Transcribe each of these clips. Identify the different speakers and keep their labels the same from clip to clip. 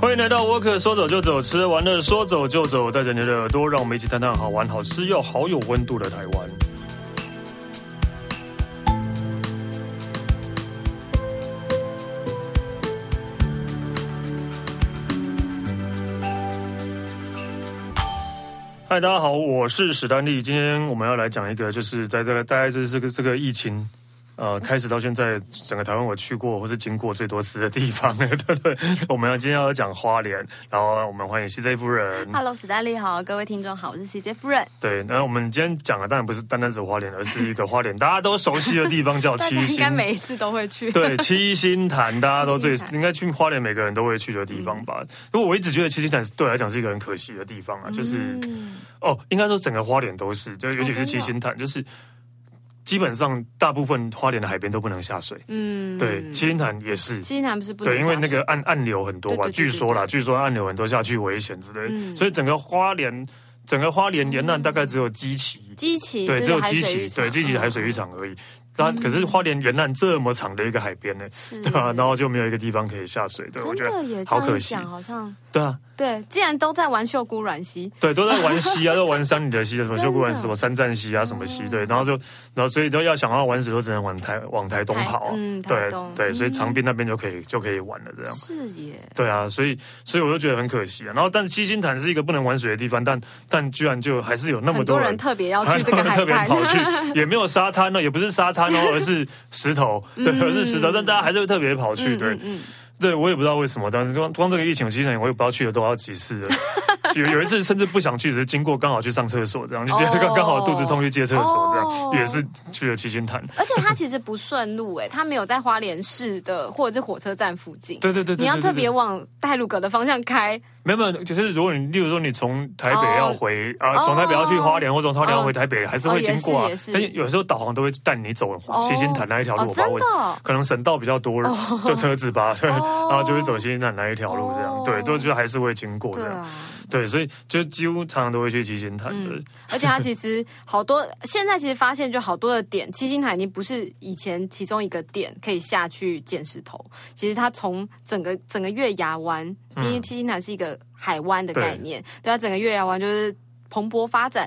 Speaker 1: 欢迎来到沃克，说走就走，吃完了说走就走，带着你的耳朵，让我们一起探探好玩、好吃又好有温度的台湾。嗨，大家好，我是史丹利。今天我们要来讲一个，就是在这个大概就是这个这个疫情呃，开始到现在，整个台湾我去过或是经过最多次的地方， 对不对？我们要今天要讲花莲，然后我们欢迎 CJ 夫 人。
Speaker 2: Hello，史丹利好，各位听众好，我是 CJ 夫人。
Speaker 1: 对，那我们今天讲的当然不是单单指花莲，而是一个花莲大家都熟悉的地方，叫
Speaker 2: 大
Speaker 1: 七
Speaker 2: 家应
Speaker 1: 星。
Speaker 2: 该每一次都会 去。
Speaker 1: 对，七星潭大家都最
Speaker 2: 七星潭嗯
Speaker 1: 应该去花莲，每个人都会去的地方吧。因为我一直觉得七星潭对我来啊讲是一个很可惜的地方啊，就是、
Speaker 2: 嗯
Speaker 1: 哦，应该说整个花莲都是，就尤其
Speaker 2: 哦真
Speaker 1: 是
Speaker 2: 的
Speaker 1: 七星潭，就是基本上大部分花莲的海边都不能下水。
Speaker 2: 嗯
Speaker 1: 对，七星潭也是。
Speaker 2: 西南不是不能
Speaker 1: 对，因为
Speaker 2: 下
Speaker 1: 那
Speaker 2: 水
Speaker 1: 个暗暗流很多吧，
Speaker 2: 对对对嗯
Speaker 1: 据说啦，据说暗流很多下去危险之类，所以整个花莲，整个花莲沿岸大概只有基奇，
Speaker 2: 基奇
Speaker 1: 对，只
Speaker 2: 就是
Speaker 1: 有
Speaker 2: 海
Speaker 1: 基
Speaker 2: 水嗯
Speaker 1: 奇，
Speaker 2: 浴场嗯
Speaker 1: 对，基奇的海水浴场而已。但可是花莲沿岸这么长的一个海边呢，
Speaker 2: 是
Speaker 1: 对啊，然后就没有一个地方可以下水，对，我
Speaker 2: 真
Speaker 1: 觉
Speaker 2: 的也
Speaker 1: 得
Speaker 2: 这
Speaker 1: 好可
Speaker 2: 样
Speaker 1: 惜，
Speaker 2: 想，好像
Speaker 1: 对啊，
Speaker 2: 对，既然都在玩秀姑软溪，
Speaker 1: 对，都在玩溪啊，都在玩山里的溪啊，什么
Speaker 2: 真的哦
Speaker 1: 秀姑湾、什么三站溪啊，什么溪，对，然后就，然后所以都要想要玩水，都只能往台往台东
Speaker 2: 台
Speaker 1: 跑啊，
Speaker 2: 嗯台
Speaker 1: 对
Speaker 2: 东
Speaker 1: 对，所以
Speaker 2: 嗯
Speaker 1: 长滨那边就可以就可以玩了，这样。
Speaker 2: 是耶，
Speaker 1: 对啊，所以所以我就觉得很可惜啊。然后，但七星潭是一个不能玩水的地方，但但居然就还是有那么
Speaker 2: 很多人
Speaker 1: 人。
Speaker 2: 特别要 去这个海
Speaker 1: 特别
Speaker 2: 滩，
Speaker 1: 跑去，也没有沙滩呢，也不是沙滩哦，而是石头，对，而是石头，但大家还是会特别跑 去，对，
Speaker 2: 嗯，
Speaker 1: 对我也不知道为什么，但是光光这个疫情，我其实我也不知道去了多少几次了。有有一次甚至不想去，只是经过刚好去上厕所，这样就觉得
Speaker 2: 哦
Speaker 1: 刚刚好肚子痛去借厕所，这
Speaker 2: 哦
Speaker 1: 样也是去了七星潭。
Speaker 2: 而且它其实不顺路哎，它没有在花莲市的或者是火车站附近，
Speaker 1: 对对对，对
Speaker 2: 你要
Speaker 1: 对
Speaker 2: 特
Speaker 1: 对
Speaker 2: 别往泰鲁阁的方向开，
Speaker 1: 没有没有，就是如果你例如说你从台北
Speaker 2: 哦
Speaker 1: 要回啊，
Speaker 2: 哦
Speaker 1: 从台北要去花莲，或者从花莲要回
Speaker 2: 嗯
Speaker 1: 台北，还是会经过啊
Speaker 2: 也是。也是
Speaker 1: 但有时候导航都会带你走七星潭那一条路，
Speaker 2: 哦
Speaker 1: 我不知道为什么
Speaker 2: 真的哦
Speaker 1: 可能省道比较多，就车子 吧，对，然
Speaker 2: 哦
Speaker 1: 后就会走七星潭那一条路这样，
Speaker 2: 哦
Speaker 1: 对，都就还是会经过
Speaker 2: 对
Speaker 1: 这样，
Speaker 2: 啊。嗯
Speaker 1: 对，所以就几乎常常都会去七星潭呃的。
Speaker 2: 而且它其实好多，现在其实发现就好多的点，七星潭已经不是以前其中一个点可以下去捡石头。其实它从整个整个月牙湾，
Speaker 1: 嗯
Speaker 2: 因为七星潭是一个海湾的概念，对它整个月牙湾就是蓬勃发展。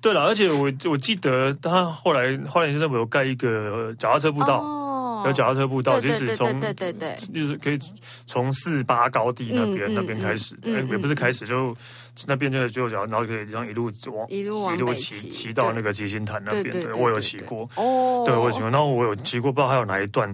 Speaker 1: 对了，而且我我记得他后来后来先生有盖一个呃脚踏车步道，
Speaker 2: 哦
Speaker 1: 有脚踏车步道，
Speaker 2: 对
Speaker 1: 即
Speaker 2: 对
Speaker 1: 使
Speaker 2: 对
Speaker 1: 从
Speaker 2: 对对对对，
Speaker 1: 就是可以从四八高地那边、
Speaker 2: 嗯嗯
Speaker 1: 那边开始，
Speaker 2: 嗯
Speaker 1: 哎
Speaker 2: 嗯
Speaker 1: 也不是开始，就那边就就然后可以这样一路往
Speaker 2: 一路往
Speaker 1: 一路
Speaker 2: 北
Speaker 1: 骑
Speaker 2: 骑
Speaker 1: 骑到
Speaker 2: 对
Speaker 1: 那个七星嗯潭那
Speaker 2: 对
Speaker 1: 边，
Speaker 2: 对对
Speaker 1: 我有
Speaker 2: 对
Speaker 1: 骑
Speaker 2: 对
Speaker 1: 过，
Speaker 2: 哦，
Speaker 1: 对我有骑过，然后我有骑过，不知道还有哪一段。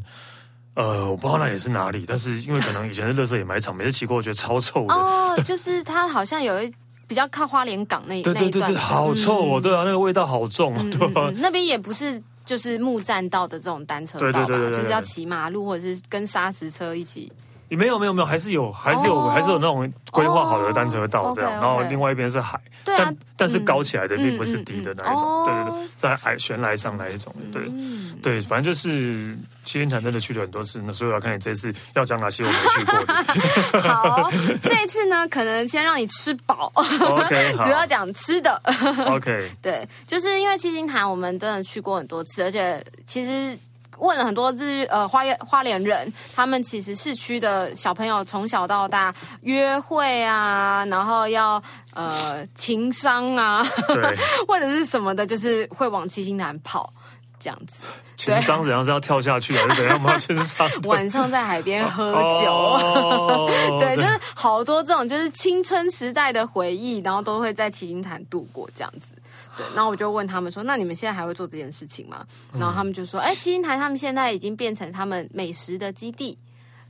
Speaker 1: 呃，我不知道那里是哪里，但是因为可能以前是乐色掩埋场，每次骑过我觉得超臭的，
Speaker 2: 哦，就是它好像有一比较靠花莲港那
Speaker 1: 对
Speaker 2: 那
Speaker 1: 对
Speaker 2: 一
Speaker 1: 对
Speaker 2: 段
Speaker 1: 对，
Speaker 2: 的，
Speaker 1: 好臭哦，
Speaker 2: 嗯
Speaker 1: 对啊，那个味道好重，
Speaker 2: 嗯
Speaker 1: 对啊
Speaker 2: 嗯
Speaker 1: 吧、
Speaker 2: 嗯，那边也不是就是木栈道的这种单车道
Speaker 1: 对
Speaker 2: 吧，
Speaker 1: 对对对对
Speaker 2: 就是要骑马路或者是跟砂石车一起。
Speaker 1: 没有没有没有，还是有还是有、
Speaker 2: 哦
Speaker 1: 还是有那种规划好的单车道
Speaker 2: 哦
Speaker 1: 这样，
Speaker 2: OK，OK
Speaker 1: 然后另外一边是海，
Speaker 2: 对啊
Speaker 1: 但但是
Speaker 2: 嗯
Speaker 1: 高起来的
Speaker 2: 嗯
Speaker 1: 并不是
Speaker 2: 嗯
Speaker 1: 低的
Speaker 2: 嗯
Speaker 1: 那一种，
Speaker 2: 哦
Speaker 1: 对对对，在矮悬崖上那一种，对、
Speaker 2: 嗯，
Speaker 1: 对，反正就是七天潭真的去了很多次，那所以我要看你这次要讲哪些我没去过 的。
Speaker 2: 好，这一次呢，可能先让你吃饱，哦
Speaker 1: OK，好
Speaker 2: 主要讲吃的。
Speaker 1: OK，
Speaker 2: 对，就是因为七星潭，我们真的去过很多次，而且其实。问了很多日呃花园花莲人，他们其实市区的小朋友从小到大约会啊，然后要呃情商啊，
Speaker 1: 对，
Speaker 2: 或者是什么的，就是会往七星潭跑这样子。
Speaker 1: 情商怎样是要跳下去还是怎样吗？情商
Speaker 2: 晚上在海边喝酒，
Speaker 1: 哦
Speaker 2: 对，就是好多这种就是青春时代的回忆，然后都会在七星潭度过这样子。对，然后我就问他们说：“那你们现在还会做这件事情吗？”然后他们就说：“哎、七星潭他们现在已经变成他们美食的基地。”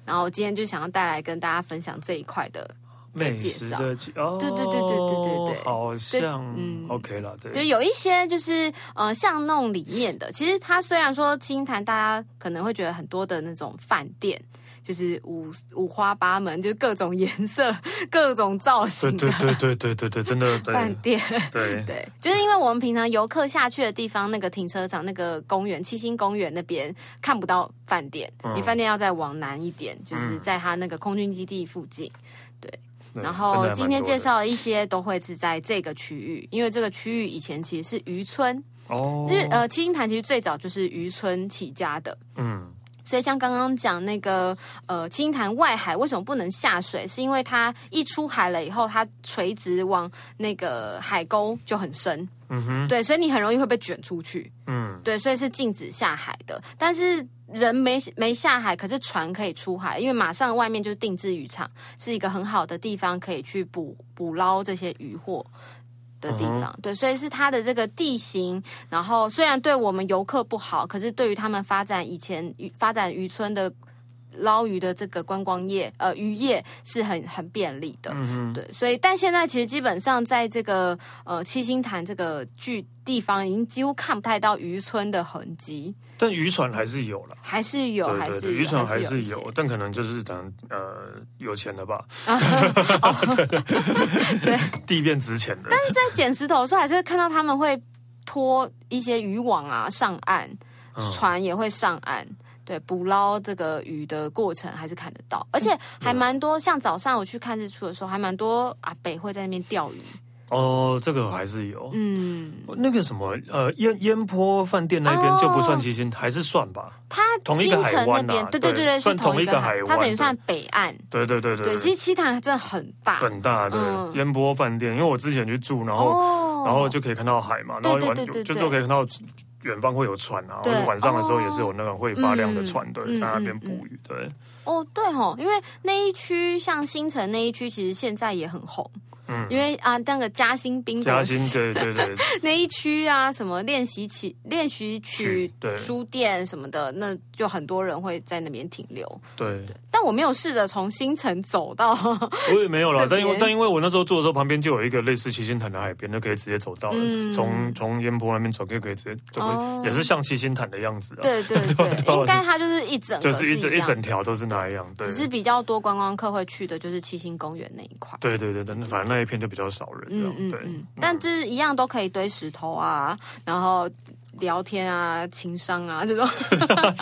Speaker 2: 然后我今天就想要带来跟大家分享这一块的，
Speaker 1: 美食的记哦，
Speaker 2: 对对对对对对对
Speaker 1: 好像
Speaker 2: 嗯
Speaker 1: OK 了，
Speaker 2: 就
Speaker 1: 对，
Speaker 2: 有一些就是呃巷弄里面的。其实它虽然说七星潭大家可能会觉得很多的那种饭店。就是五五花八门，就是各种颜色、 各种造
Speaker 1: 对
Speaker 2: 型的
Speaker 1: 对对对对对对，真的对
Speaker 2: 饭店，
Speaker 1: 对。
Speaker 2: 对，就是因为我们平常游客下去的地方，那个停车场、那个公园、七星公园那边看不到饭店，
Speaker 1: 嗯
Speaker 2: 你饭店要再往南一点，就是
Speaker 1: 嗯
Speaker 2: 在它那个空军基地附近。
Speaker 1: 对真
Speaker 2: 然
Speaker 1: 的还
Speaker 2: 后
Speaker 1: 蛮
Speaker 2: 今天
Speaker 1: 多
Speaker 2: 介
Speaker 1: 的
Speaker 2: 绍的一些都会是在这个区域，因为这个区域以前其实是渔村，呃
Speaker 1: 哦，
Speaker 2: 就是呃七星潭其实最早就是渔村起家的，
Speaker 1: 嗯，
Speaker 2: 所以像刚刚讲那个呃，金潭外海为什么不能下水？是因为它一出海了以后，它垂直往那个海沟就很深，
Speaker 1: 嗯哼，
Speaker 2: 对，所以你很容易会被卷出去，
Speaker 1: 嗯，
Speaker 2: 对，所以是禁止下海的。但是人没没下海，可是船可以出海，因为马上外面就是定制渔场，是一个很好的地方可以去捕捕捞这些渔获。的地方，对，所以是它的这个地形，然后虽然对我们游客不好，可是对于他们发展以前渔发展渔村的捞鱼的这个观光业，呃，渔业是很很便利的。
Speaker 1: 嗯
Speaker 2: 对，所以但现在其实基本上在这个呃七星潭这个距地方，已经几乎看不太到渔村的痕迹，
Speaker 1: 哼，但渔船还是有了。
Speaker 2: 还是有，还是有
Speaker 1: 渔船还
Speaker 2: 有
Speaker 1: 是
Speaker 2: 一些
Speaker 1: 有，但可能就是等呃有钱了 吧，
Speaker 2: 哦 对，
Speaker 1: 地变值钱了。
Speaker 2: 但是在捡石头的时候，还是会看到他们会拖一些渔网啊上岸，
Speaker 1: 嗯
Speaker 2: 船也会上岸。对，捕捞这个鱼的过程还是看得到，而且
Speaker 1: 嗯
Speaker 2: 还蛮多。像早上我去看日出的时候，还蛮多阿北会在那边钓鱼。
Speaker 1: 哦，这个还是有。
Speaker 2: 嗯，
Speaker 1: 那个什么，呃，烟烟坡饭店那边
Speaker 2: 哦
Speaker 1: 就不算七星，还是算吧。
Speaker 2: 它
Speaker 1: 同一
Speaker 2: 新
Speaker 1: 个海
Speaker 2: 城那
Speaker 1: 湾啊
Speaker 2: 边，对
Speaker 1: 对
Speaker 2: 对对对，是
Speaker 1: 算同
Speaker 2: 同
Speaker 1: 一个海
Speaker 2: 海，
Speaker 1: 湾
Speaker 2: 它等于
Speaker 1: 对
Speaker 2: 算北岸。
Speaker 1: 对对对
Speaker 2: 对，其实七潭真的很大。
Speaker 1: 很大的
Speaker 2: 嗯
Speaker 1: 烟波饭店，因为我之前去住，然后、
Speaker 2: 哦
Speaker 1: 然后就可以看到海嘛，然
Speaker 2: 对
Speaker 1: 后
Speaker 2: 对
Speaker 1: 晚
Speaker 2: 对对
Speaker 1: 就
Speaker 2: 对
Speaker 1: 就可以看到远方会有船啊，或
Speaker 2: 对
Speaker 1: 者晚上的时候
Speaker 2: 哦
Speaker 1: 也是有那种会发亮的船，对，
Speaker 2: 嗯
Speaker 1: 在那边
Speaker 2: 嗯
Speaker 1: 捕鱼，对，
Speaker 2: 哦，对吼，因为那一区像新城那一区，其实现在也很红。
Speaker 1: 嗯
Speaker 2: 因为啊，那个嘉兴宾
Speaker 1: 嘉
Speaker 2: 馆
Speaker 1: 兴，对对对，
Speaker 2: 那一区啊，什么练习曲、练习曲
Speaker 1: 曲对
Speaker 2: 书店什么的，那就很多人会在那边停留。
Speaker 1: 对，
Speaker 2: 但我没有试着从新城走 到，
Speaker 1: 我也没有啦，
Speaker 2: 这
Speaker 1: 但
Speaker 2: 边
Speaker 1: 因为但因为我那时候住的时候，旁边就有一个类似七星潭的海边，就可以直接走到
Speaker 2: 嗯
Speaker 1: 了，从从烟波那边走就可以直接走
Speaker 2: 哦
Speaker 1: 过去，也是像七星潭的样子啊，
Speaker 2: 对对对，应该它就是一整
Speaker 1: 就
Speaker 2: 个
Speaker 1: 是一整
Speaker 2: 一
Speaker 1: 一
Speaker 2: 样
Speaker 1: 整条都是那样，对
Speaker 2: 只，是比较多观光客会去的就是七星公园那一块。
Speaker 1: 对对对对，反正那一片就比较少人这
Speaker 2: 嗯
Speaker 1: 样，
Speaker 2: 嗯
Speaker 1: 对。
Speaker 2: 嗯，但就是一样都可以堆石头啊，然后聊天啊、情商啊 这种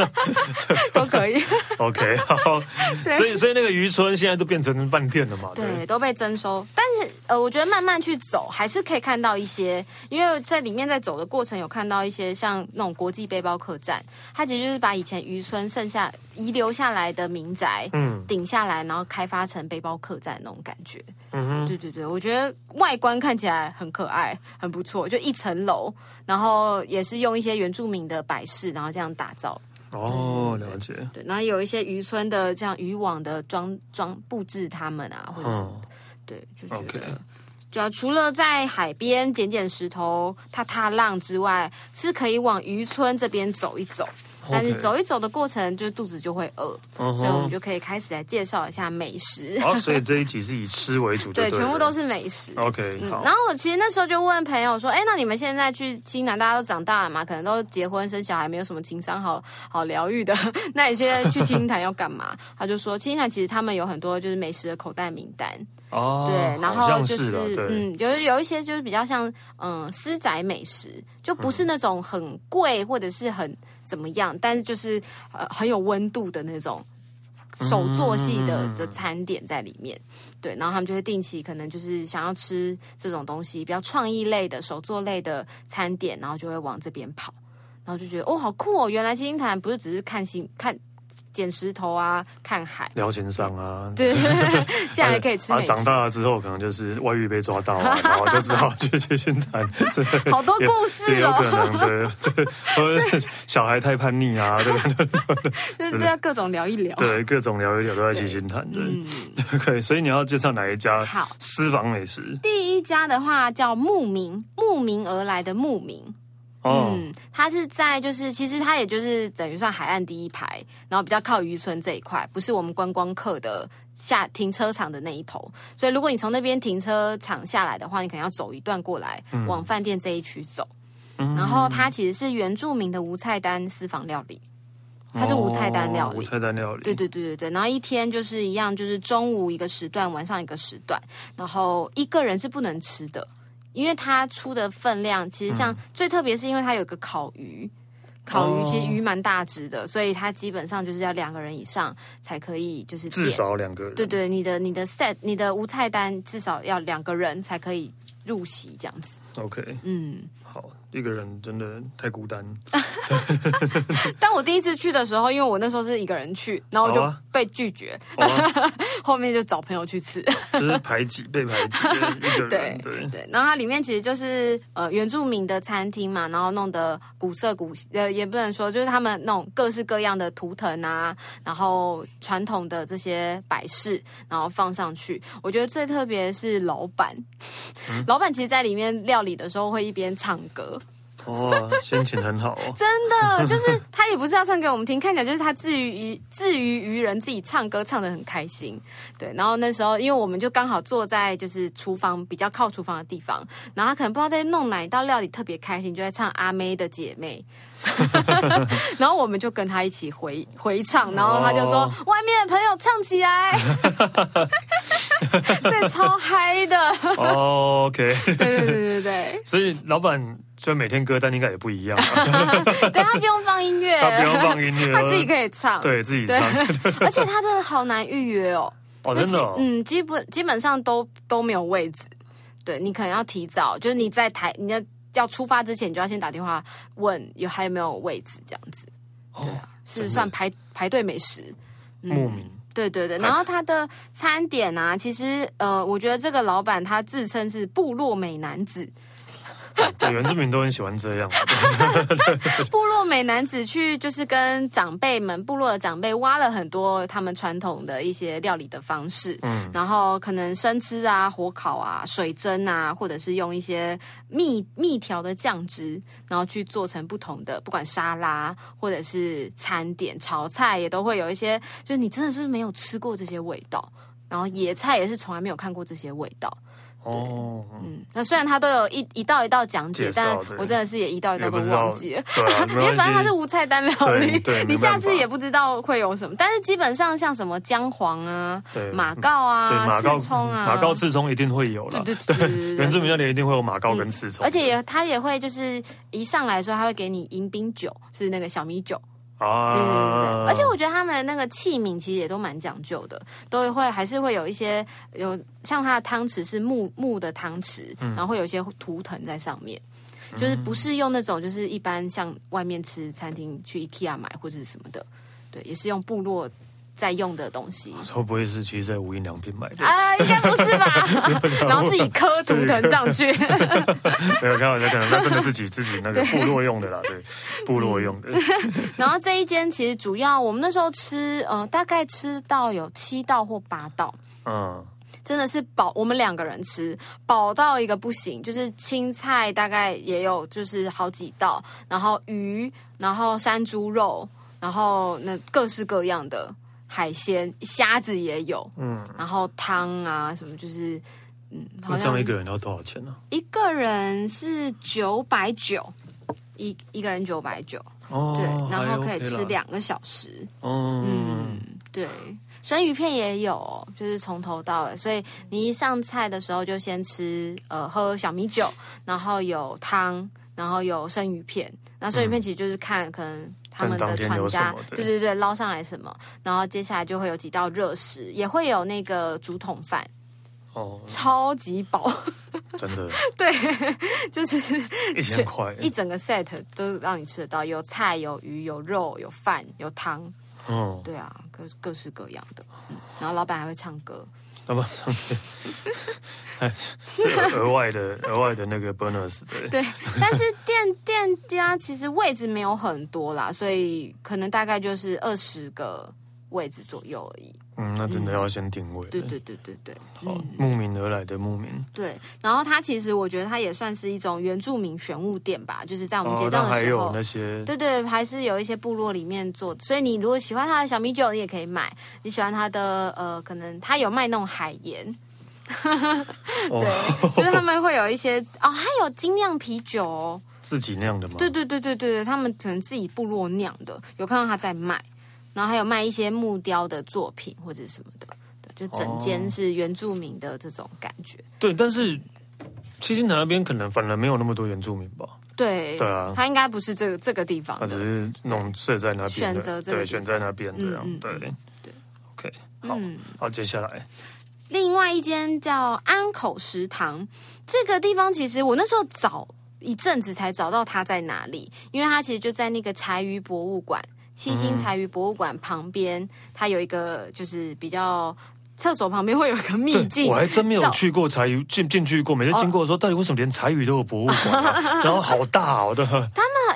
Speaker 2: 都可以，
Speaker 1: OK，好，
Speaker 2: 对
Speaker 1: 所以所以那个渔村现在都变成饭店了嘛？
Speaker 2: 对，都被征收。但是呃，我觉得慢慢去走，还是可以看到一些，因为在里面在走的过程有看到一些像那种国际背包客栈，它其实就是把以前渔村剩下遗留下来的民宅。
Speaker 1: 嗯
Speaker 2: 顶下来，然后开发成背包客栈那种感觉。
Speaker 1: 嗯哼，
Speaker 2: 对对对，我觉得外观看起来很可爱，很不错，就一层楼，然后也是用一些原住民的摆饰，然后这样打造。
Speaker 1: 哦，了解，
Speaker 2: 对，然后有一些渔村的这样渔网的装装布置他们啊，或者什么
Speaker 1: 嗯，
Speaker 2: 对，就觉
Speaker 1: OK
Speaker 2: 得。主要除了在海边捡捡石头、踏踏浪之外，是可以往渔村这边走一走。但是
Speaker 1: OK
Speaker 2: 走一走的过程，就肚子就会饿，
Speaker 1: 嗯
Speaker 2: 所以我们
Speaker 1: 哼，
Speaker 2: 就可以开始来介绍一下美食。
Speaker 1: 好，所以这一集是以吃为主就
Speaker 2: 对，
Speaker 1: 了，
Speaker 2: 全部都是美食。
Speaker 1: OK，
Speaker 2: 嗯，
Speaker 1: 好
Speaker 2: 然，后我其实那时候就问朋友说，哎，那你们现在去西南，大家都长大了嘛，可能都结婚生小孩，没有什么情商好好疗愈的， 那你现在去 青潭要干嘛？他就说，青潭其实他们有很多就是美食的口袋名单，
Speaker 1: 哦，
Speaker 2: 对，然
Speaker 1: 好
Speaker 2: 后
Speaker 1: 像
Speaker 2: 就是
Speaker 1: 啊对，
Speaker 2: 嗯，有有一些就是比较像嗯私宅美食，就不
Speaker 1: 嗯
Speaker 2: 是那种很贵或者是很怎么样，但是就是呃很有温度的那种
Speaker 1: 嗯
Speaker 2: 手作系的、的餐点在里面。对，然后他们就会定期可能就是想要吃这种东西，比较创意类的手作类的餐点，然后就会往这边跑，然后就觉得哦好酷哦，原来七星潭不是只是看星看捡石头啊，看海。
Speaker 1: 聊情商啊，
Speaker 2: 对， 这样还可以吃
Speaker 1: 啊，
Speaker 2: 美食。
Speaker 1: 长大了之后可能就是外遇被抓到啊，然后就只好去去去谈，这 个
Speaker 2: 好多
Speaker 1: 也
Speaker 2: 故事哦
Speaker 1: 也有可能对，对，或者小孩太叛逆啊，对对
Speaker 2: 就是要各种聊一聊。
Speaker 1: 对，各种聊一聊都在七星潭，对
Speaker 2: 嗯，
Speaker 1: ，OK，所以你要介绍哪一家
Speaker 2: 好
Speaker 1: 私房美食？
Speaker 2: 第一家的话叫慕名，慕名而来的慕名。
Speaker 1: 哦，
Speaker 2: 嗯，它是在就是其实它也就是等于算海岸第一排，然后比较靠渔村这一块，不是我们观光客的下停车场的那一头。所以如果你从那边停车场下来的话，你可能要走一段过来，
Speaker 1: 嗯
Speaker 2: 往饭店这一区走。然后它其实是原住民的无菜单私房料理，它是无菜单料
Speaker 1: 哦无
Speaker 2: 理。
Speaker 1: 菜单料理，
Speaker 2: 对对对对对，然后一天就是一样，就是中午一个时段，晚上一个时段，然后一个人是不能吃的，因为它出的分量其实
Speaker 1: 嗯
Speaker 2: 像、最特别是因为它有个烤鱼，烤鱼
Speaker 1: 哦
Speaker 2: 其实鱼蛮大只的，所以它基本上就是要两个人以上才可以就是点
Speaker 1: 至少两个人，
Speaker 2: 对对，你的你的 set 你的无菜单至少要两个人才可以入席这样子。
Speaker 1: OK，
Speaker 2: 嗯，
Speaker 1: 好，一个人真的太孤单。 嗯
Speaker 2: 但我第一次去的时候，因为我那时候是一个人去，然后我
Speaker 1: 好
Speaker 2: 就
Speaker 1: 啊
Speaker 2: 被拒绝，
Speaker 1: 好啊，
Speaker 2: 后面就找朋友去吃。
Speaker 1: 就是排挤，被排挤， 一个人。
Speaker 2: 对
Speaker 1: 对，
Speaker 2: 对，然后它里面其实就是呃原住民的餐厅嘛，然后弄得古色古呃也不能说，就是他们那种各式各样的图腾啊，然后传统的这些摆饰，然后放上去。我觉得最特别的是老板， 老板其实在里面料理的时候会一边唱歌，
Speaker 1: 哦，心情很好哦。
Speaker 2: 真的呃就是他也不是要唱给我们听，看起来就是他自娱娱自娱于人，自己唱歌唱得很开心。对，然后那时候因为我们就刚好坐在就是厨房比较靠厨房的地方，然后他可能不知道在弄哪一道料理特别开心，就在唱阿妹的姐妹。然后我们就跟他一起回回唱，然后他就说：“
Speaker 1: 哦
Speaker 2: 外面的朋友唱 起来，对，超嗨的，
Speaker 1: 哦 OK，
Speaker 2: 对对对对对，
Speaker 1: 所以老板虽然每天歌单应该也不一样啊，
Speaker 2: 对他不用放音乐，
Speaker 1: 他不用放音乐，
Speaker 2: 他自己可以唱，
Speaker 1: 对自己
Speaker 2: 对
Speaker 1: 唱。，
Speaker 2: 而且它真的好难预约哦，
Speaker 1: 哦，真的哦
Speaker 2: 就基嗯，基本基本上都都没有位置，对你可能要提早，就是你在台你要要出发之前，你就要先打电话问有还有没有位置这样子，啊
Speaker 1: 哦，真
Speaker 2: 是
Speaker 1: 的
Speaker 2: 算排排队美食，嗯
Speaker 1: 莫名。
Speaker 2: 对对对，然后他的餐点啊，其实呃，我觉得这个老板他自称是部落美男子，
Speaker 1: 哦对，原住民都很喜欢这 样。
Speaker 2: 部落美男子去就是跟长辈们、部落的长辈挖了很多他们传统的一些料理的方式，
Speaker 1: 嗯
Speaker 2: 然后可能生吃啊、火烤啊、水蒸啊，或者是用一些蜜蜜调的酱汁，然后去做成不同的，不管沙拉或者是餐点、炒菜也都会有一些，就是你真的是没有吃过这些味道，然后野菜也是从来没有看过这些味道。
Speaker 1: 哦，
Speaker 2: 嗯，那虽然它都有一一道一道讲解，
Speaker 1: 介绍
Speaker 2: 但
Speaker 1: 对
Speaker 2: 我真的是也一道一道
Speaker 1: 也
Speaker 2: 都
Speaker 1: 不知
Speaker 2: 忘
Speaker 1: 道，
Speaker 2: 记了。
Speaker 1: 对啊，因
Speaker 2: 因为反正它是无菜单料理
Speaker 1: 对对，
Speaker 2: 你
Speaker 1: 没
Speaker 2: 下
Speaker 1: 办法
Speaker 2: 次也不知道会有什么。但是基本上像什么姜黄啊、
Speaker 1: 对
Speaker 2: 马告
Speaker 1: 对
Speaker 2: 啊、
Speaker 1: 马
Speaker 2: 刺
Speaker 1: 告
Speaker 2: 葱啊，
Speaker 1: 马告刺葱一定会有啦。
Speaker 2: 对对对对
Speaker 1: 原住民
Speaker 2: 对。
Speaker 1: 那里一定会有马告跟刺葱，
Speaker 2: 而且也他也会就是一上来的时候，他会给你迎宾酒，是那个小米酒。对对对
Speaker 1: 啊
Speaker 2: 对，而且我觉得他们的那个器皿其实也都蛮讲究的，都会还是会有一些有像它的汤匙是木木的汤匙，
Speaker 1: 嗯
Speaker 2: 然后会有一些图腾在上面。就是不是用那种，就是一般像外面吃餐厅去 IKEA 买或者是什么的，对，也是用部落在用的东西
Speaker 1: 会不会是其实在无印良品买的？
Speaker 2: 啊，应该不是吧？ 然后自己刻图腾上去，
Speaker 1: 没有开玩笑，可能那真的自己自己那个部落用的啦，
Speaker 2: 嗯
Speaker 1: 对，部落用的。
Speaker 2: 然后这一间其实主要我们那时候吃，呃，大概吃到有七道或八道，
Speaker 1: 嗯，
Speaker 2: 真的是饱，我们两个人吃饱到一个不行，就是青菜大概也有就是好几道，然后鱼，然后山猪肉，然后那各式各样的海鲜，虾子也有，
Speaker 1: 嗯，
Speaker 2: 然后汤啊什么就是。嗯，好
Speaker 1: 那这样
Speaker 2: 像
Speaker 1: 一个人要多少钱呢？
Speaker 2: 一个人是九百九，一一个人九百九，
Speaker 1: 哦
Speaker 2: 对，然后可
Speaker 1: 还
Speaker 2: 以
Speaker 1: OK 啦
Speaker 2: 吃两个小时。
Speaker 1: 嗯，
Speaker 2: 嗯，对，生鱼片也有哦，就是从头到尾，所以你一上菜的时候就先吃呃喝小米酒，然后有汤，然后有生鱼片。那生鱼片其实就是看可能他们的
Speaker 1: 看当天
Speaker 2: 船
Speaker 1: 有什
Speaker 2: 家
Speaker 1: 么，对
Speaker 2: 对对对，捞上来什么，然后接下来就会有几道热食，也会有那个竹筒饭，
Speaker 1: 哦，
Speaker 2: 超级饱，
Speaker 1: 真的，
Speaker 2: 对，就是
Speaker 1: 一千块，
Speaker 2: 一整个 set 都让你吃得到，有菜有鱼有肉有饭有汤，
Speaker 1: 嗯，
Speaker 2: 对啊，各各式各样的，嗯然后老板还会唱歌，
Speaker 1: 那么 是额外 的额外的那个 bonus 对。
Speaker 2: 对，但是店店家其实位置没有很多啦，所以可能大概就是二十个位置左右而已。
Speaker 1: 嗯，那真的要先定位。
Speaker 2: 对嗯对对对对
Speaker 1: 好，慕名而来的慕名。
Speaker 2: 对。然后它其实我觉得它也算是一种原住民玄物店吧，就是在我们结
Speaker 1: 哦那
Speaker 2: 账的
Speaker 1: 还
Speaker 2: 时候。
Speaker 1: 有那些
Speaker 2: 对对，还是有一些部落里面做的，所以你如果喜欢它的小米酒，你也可以买。你喜欢它的呃，可能它有卖那种海 盐，
Speaker 1: 哦，
Speaker 2: 对，就是他们会有一些哦，还有精酿啤酒哦，
Speaker 1: 自己酿的吗？
Speaker 2: 对对对对对，对他们可能自己部落酿的，有看到他在卖，然后还有卖一些木雕的作品或者什么的，对，就整间是原住民的这种感觉。
Speaker 1: 对，但是七星潭那边可能反而没有那么多原住民吧，
Speaker 2: 对，
Speaker 1: 对啊
Speaker 2: 他应该不是这个这个地方
Speaker 1: 他只
Speaker 2: 的。
Speaker 1: 是弄设在那边的，
Speaker 2: 选择这个
Speaker 1: 对，
Speaker 2: 地
Speaker 1: 选在那边这
Speaker 2: 嗯
Speaker 1: 样，
Speaker 2: 嗯
Speaker 1: 对
Speaker 2: 对
Speaker 1: ，OK，好，好，接下来
Speaker 2: 另外一间叫安口食堂，这个地方其实我那时候找一阵子才找到它在哪里，因为它其实就在那个柴鱼博物馆。七星
Speaker 1: 嗯
Speaker 2: 柴鱼博物馆旁边，它有一个就是比较厕所旁边会有一个秘
Speaker 1: 对，
Speaker 2: 境
Speaker 1: 我，还真没有
Speaker 2: 叫
Speaker 1: 去过柴鱼进进去过，每次
Speaker 2: 哦
Speaker 1: 经过的时候，到底为什么连柴鱼都有博物馆、 啊？然后好大哦，对，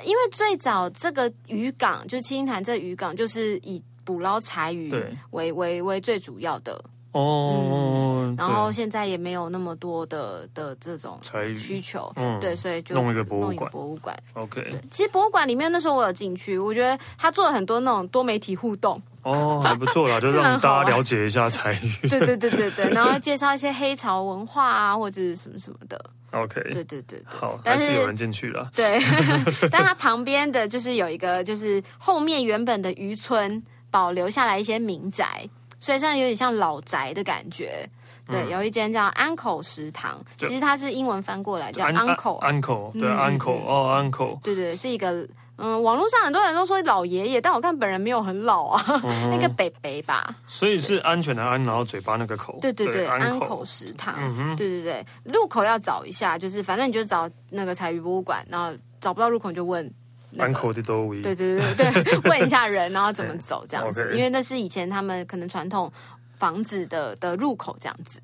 Speaker 2: 因为最早这个渔港，就是七星潭这个渔港，就是以捕捞柴鱼
Speaker 3: 对
Speaker 2: 为为为最主要的，
Speaker 1: 哦，
Speaker 2: 嗯然后
Speaker 1: 对
Speaker 2: 现在也没有那么多的的这种
Speaker 1: 柴鱼
Speaker 2: 需求，
Speaker 1: 嗯
Speaker 2: 对，所以就
Speaker 1: 弄一个博物
Speaker 2: 弄一个
Speaker 1: 馆
Speaker 2: 博物馆。
Speaker 1: ，OK，
Speaker 2: 其实博物馆里面那时候我有进去，我觉得他做了很多那种多媒体互 动，
Speaker 1: 哦，还不 错啦，就让
Speaker 2: 啊
Speaker 1: 大家了解一下柴鱼
Speaker 2: 对对对对对，然后介绍一些黑潮文化啊或者是什么什么的，
Speaker 1: ，OK，
Speaker 2: 对对对对。
Speaker 1: 好，还
Speaker 2: 但
Speaker 1: 是
Speaker 2: 是
Speaker 1: 有人进去了。
Speaker 2: 对， 但它旁边的就是有一个，就是后面原本的渔村保留下来一些民宅，所以像有点像老宅的感觉。
Speaker 1: 嗯
Speaker 2: 对，有一间叫安口食堂，
Speaker 1: 对
Speaker 2: 其实它是英文翻过来叫
Speaker 1: 安啊
Speaker 2: uncle，
Speaker 1: 安 uncle 对
Speaker 2: 嗯
Speaker 1: uncle 哦 uncle
Speaker 2: 对对，是一个嗯，网络上很多人都说老爷爷，但我看本人没有很老啊，
Speaker 1: 嗯
Speaker 2: 那个北北吧，
Speaker 1: 所以是安全的安，然后嘴巴那个口，
Speaker 2: 对对对，安
Speaker 1: uncle
Speaker 2: 口食堂，
Speaker 1: 嗯哼
Speaker 2: 对对对，入口要找一下，就是反正你就找那个柴鱼博物馆，然后找不到入口你就问、那个。
Speaker 1: uncle 的都无
Speaker 2: 对对对对， 对问一下人，然后怎么走这样子，
Speaker 1: OK
Speaker 2: 因为那是以前他们可能传统房子的的入口这样子。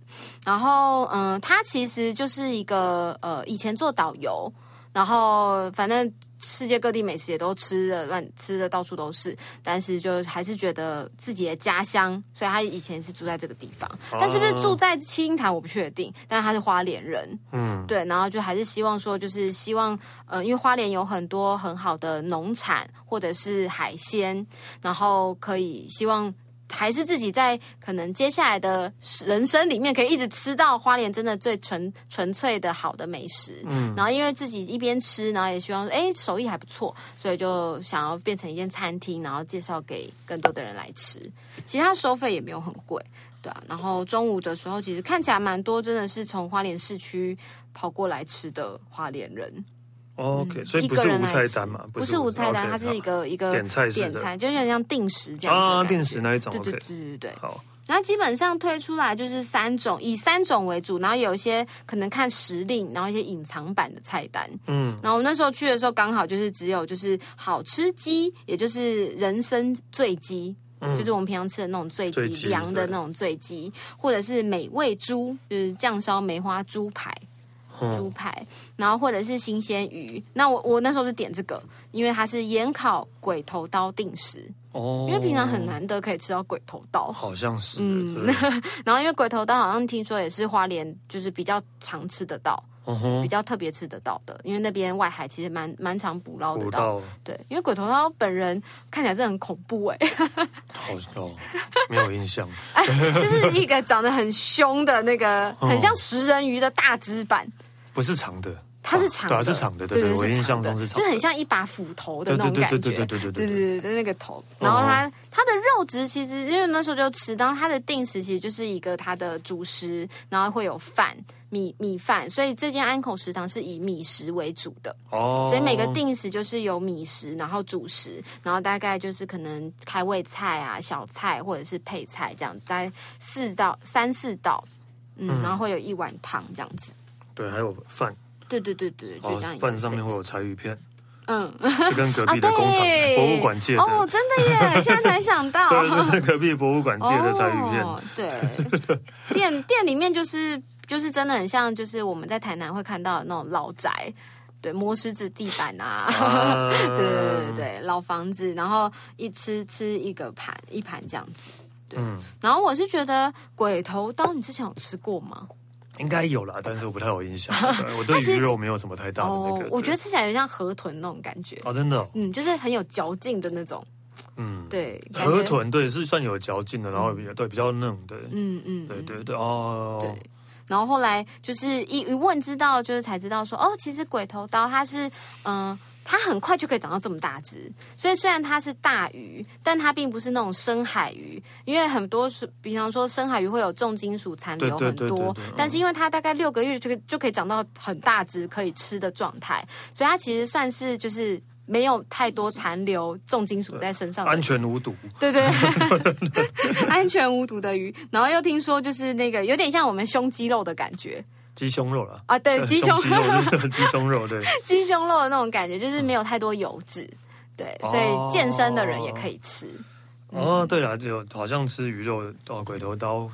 Speaker 2: 然后，嗯、他其实就是一个呃，以前做导游，然后反正世界各地美食也都吃的乱吃的到处都是，但是就还是觉得自己的家乡，所以他以前是住在这个地方，但是不是住在青潭我不确定，但他是花莲人，
Speaker 1: 嗯
Speaker 2: 对，然后就还是希望说，就是希望，呃，因为花莲有很多很好的农产或者是海鲜，然后可以希望还是自己在可能接下来的人生里面可以一直吃到花莲真的最纯纯粹的好的美食。嗯，然后因为自己一边吃，然后也希望哎手艺还不错，所以就想要变成一间餐厅，然后介绍给更多的人来吃。其实它收费也没有很贵。对啊，然后中午的时候，其实看起来蛮多，真的是从花莲市区跑过来吃的花莲人，
Speaker 1: OK，所以
Speaker 2: 嗯一
Speaker 1: 不
Speaker 2: 个
Speaker 1: 是
Speaker 2: 人
Speaker 1: 无
Speaker 2: 来
Speaker 1: 菜
Speaker 2: 吃
Speaker 1: 单嘛，
Speaker 2: 不是无菜单，它是一
Speaker 1: 个
Speaker 2: 个一个
Speaker 1: 点菜式的
Speaker 2: 点菜，就有点像定时这样子的
Speaker 1: 啊
Speaker 2: 感觉
Speaker 1: 定时。那一种
Speaker 2: 对对
Speaker 1: OK
Speaker 2: 对对对，
Speaker 1: 好
Speaker 2: 然后基本上推出来就是三种，以三种为主，然后有一些可能看时令，然后一些隐藏版的菜单。
Speaker 1: 嗯
Speaker 2: 嗯，然后我那时候去的时候刚好就是只有就是好吃鸡，也就是人参醉鸡。就是我们平常吃的那种醉
Speaker 1: 嗯醉
Speaker 2: 鸡，
Speaker 1: 鸡
Speaker 2: 凉的
Speaker 1: 对
Speaker 2: 那种醉鸡，或者是美味猪，就是酱烧梅花猪排，
Speaker 1: 嗯
Speaker 2: 猪排，然后或者是新鲜鱼。那我我那时候是点这个，因为它是盐烤鬼头刀定时，
Speaker 1: 哦，
Speaker 2: 因为平常很难得可以吃到鬼头刀。
Speaker 1: 好像是
Speaker 2: 嗯
Speaker 1: 对对
Speaker 2: 然后因为鬼头刀好像听说也是花莲就是比较常吃得到、
Speaker 1: 嗯哼
Speaker 2: 比较特别吃得到的，因为那边外海其实蛮蛮常捕捞得
Speaker 1: 捕
Speaker 2: 到。
Speaker 1: 到
Speaker 2: 对，因为鬼头刀本人看起来真的很恐怖哎、
Speaker 1: 好哦，没有印象
Speaker 2: 就是一个长得很凶的那 个，
Speaker 1: 哦
Speaker 2: 很像食人鱼的大只版。
Speaker 1: 不是长的，
Speaker 2: 它是长的，
Speaker 1: 对啊是长的对
Speaker 2: 对
Speaker 1: 对我
Speaker 2: 是
Speaker 1: 印象
Speaker 2: 长
Speaker 1: 中
Speaker 2: 的
Speaker 1: 是长
Speaker 2: 就
Speaker 1: 的
Speaker 2: 很像一把斧头的那种
Speaker 1: 对
Speaker 2: 感
Speaker 1: 对
Speaker 2: 觉，
Speaker 1: 对对对对对对
Speaker 2: 对
Speaker 1: 对哦
Speaker 2: 对对那个头。然后它它的肉质其实，因为那时候就吃，当它的定时其实就是一个它的主食，然后会有饭。米米饭，所以这间安口食堂是以米食为主的，
Speaker 1: 哦，
Speaker 2: 所以每个定时就是有米食，然后主食，然后大概就是可能开胃菜啊、小菜或者是配菜这样，大概四到三四道，嗯，然后会有一碗汤这样子。
Speaker 1: 对还有饭，
Speaker 2: 对对对对，就
Speaker 1: 哦
Speaker 2: 这样一个
Speaker 1: 饭上
Speaker 2: set
Speaker 1: 面会有柴鱼片，
Speaker 2: 嗯，
Speaker 1: 是跟隔壁的
Speaker 2: 啊对
Speaker 1: 工厂博物馆借的，
Speaker 2: 哦，真的耶，现在才想到，
Speaker 1: 对，啊就是隔壁博物馆借的柴鱼片，
Speaker 2: 哦，对， 店店里面就是就是真的很像，就是我们在台南会看到的那种老宅，对，磨石子地板啊。
Speaker 1: 啊
Speaker 2: 对对对对对，老房子，然后一吃吃一个盘一盘这样子，对。
Speaker 1: 嗯
Speaker 2: 然后我是觉得鬼头刀，你之前有吃过吗？
Speaker 1: 应该有啦，但是我不太有印 象，对我对
Speaker 2: 它其实
Speaker 1: 鱼肉没有什么太大的那个。对
Speaker 2: 哦我觉得吃起来有点像河豚那种感觉，
Speaker 1: 哦，真的哦，
Speaker 2: 嗯，就是很有嚼劲的那种，
Speaker 1: 嗯，
Speaker 2: 对，感觉
Speaker 1: 河，豚对是算有嚼劲的，然后也对比较嫩的，
Speaker 2: 嗯嗯，
Speaker 1: 对对对哦，
Speaker 2: 对。然后后来就是一一问知道，就是才知道说，哦，其实鬼头刀它是，嗯、它很快就可以长到这么大只。所以虽然它是大鱼，但它并不是那种深海鱼，因为很多是，比方说深海鱼会有重金属残留
Speaker 1: 对
Speaker 2: 很
Speaker 1: 对对
Speaker 2: 多
Speaker 1: 对对嗯，
Speaker 2: 但是因为它大概六个月就可以就可以长到很大只可以吃的状态，所以它其实算是就是。没有太多残留重金属在身上的
Speaker 1: 安全无毒，
Speaker 2: 对对， 安全无毒的鱼。然后又听说就是那个有点像我们胸肌肉的感觉
Speaker 1: 鸡胸肉了。
Speaker 2: 啊，对，
Speaker 1: 像
Speaker 2: 鸡胸
Speaker 1: 肌肉，鸡胸肉，对，
Speaker 2: 鸡胸肉的那种感觉，就是没有太多油脂。对，
Speaker 1: 嗯
Speaker 2: 所以健身的人也可以吃。嗯
Speaker 1: 哦，对了，就好像吃鱼肉哦，鬼头刀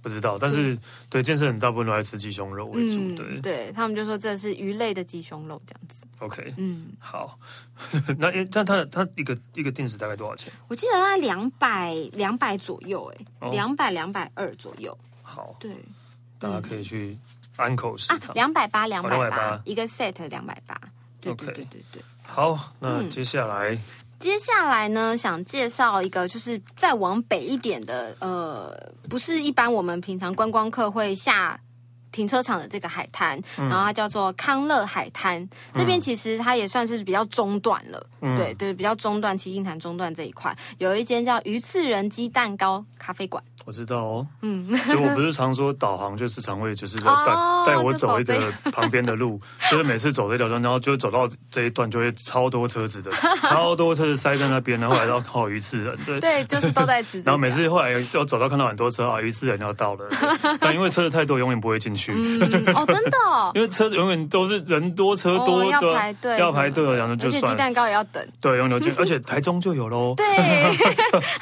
Speaker 1: 不知道，但是对健身人大部分都爱吃鸡胸肉哦为主，对
Speaker 2: 嗯对他们就说这是鱼类的鸡胸肉这样子。
Speaker 1: ，OK，
Speaker 2: 嗯，
Speaker 1: 好， 那诶那它它一个一个定时大概多少钱？
Speaker 2: 我记得大概两百两百左右、
Speaker 1: 哦
Speaker 2: 哎、2两百两百二左右。
Speaker 1: 好，
Speaker 2: 对
Speaker 1: 大家可以去安口食
Speaker 2: 啊，
Speaker 1: 堂。
Speaker 2: 两百八两百
Speaker 1: 280
Speaker 2: 八一个 set 两百八。对对
Speaker 1: OK
Speaker 2: 对对对。
Speaker 1: 好，
Speaker 2: 嗯
Speaker 1: 那接下来
Speaker 2: 接下来呢，想介绍一个，就是再往北一点的，呃，不是一般我们平常观光客会下停车场的这个海滩，
Speaker 1: 嗯
Speaker 2: 然后它叫做康乐海滩。这边其实它也算是比较中段了，
Speaker 1: 嗯
Speaker 2: 对对，比较中段，七星潭中段这一块有一间叫鱼刺人鸡蛋糕咖啡馆。
Speaker 1: 我知道哦，
Speaker 2: 嗯，
Speaker 1: 就我不是常说导航就是常会就是说带
Speaker 2: 哦
Speaker 1: 带我
Speaker 2: 就
Speaker 1: 走
Speaker 2: 走
Speaker 1: 一个
Speaker 2: 这
Speaker 1: 旁边的 路，就是每次走这条路，然后就走到这一段就会超多车 子的，超多车子塞在那边，然后来到靠鱼刺人，对。
Speaker 2: 对，就是都在吃这家。
Speaker 1: 然后每次后来就走到看到很多车啊，鱼刺人要到 了，对但因为车子太多，永远不会进去，
Speaker 2: 嗯哦，真的哦，
Speaker 1: 因为车子永远都是人多车多，
Speaker 2: 哦、要
Speaker 1: 对啊
Speaker 2: 排队，
Speaker 1: 要排队，然后
Speaker 2: 而
Speaker 1: 就
Speaker 2: 且
Speaker 1: 算
Speaker 2: 鸡
Speaker 1: 了，
Speaker 2: 蛋糕也要等。
Speaker 1: 对，永远 进，而且台中就有喽，
Speaker 2: 对，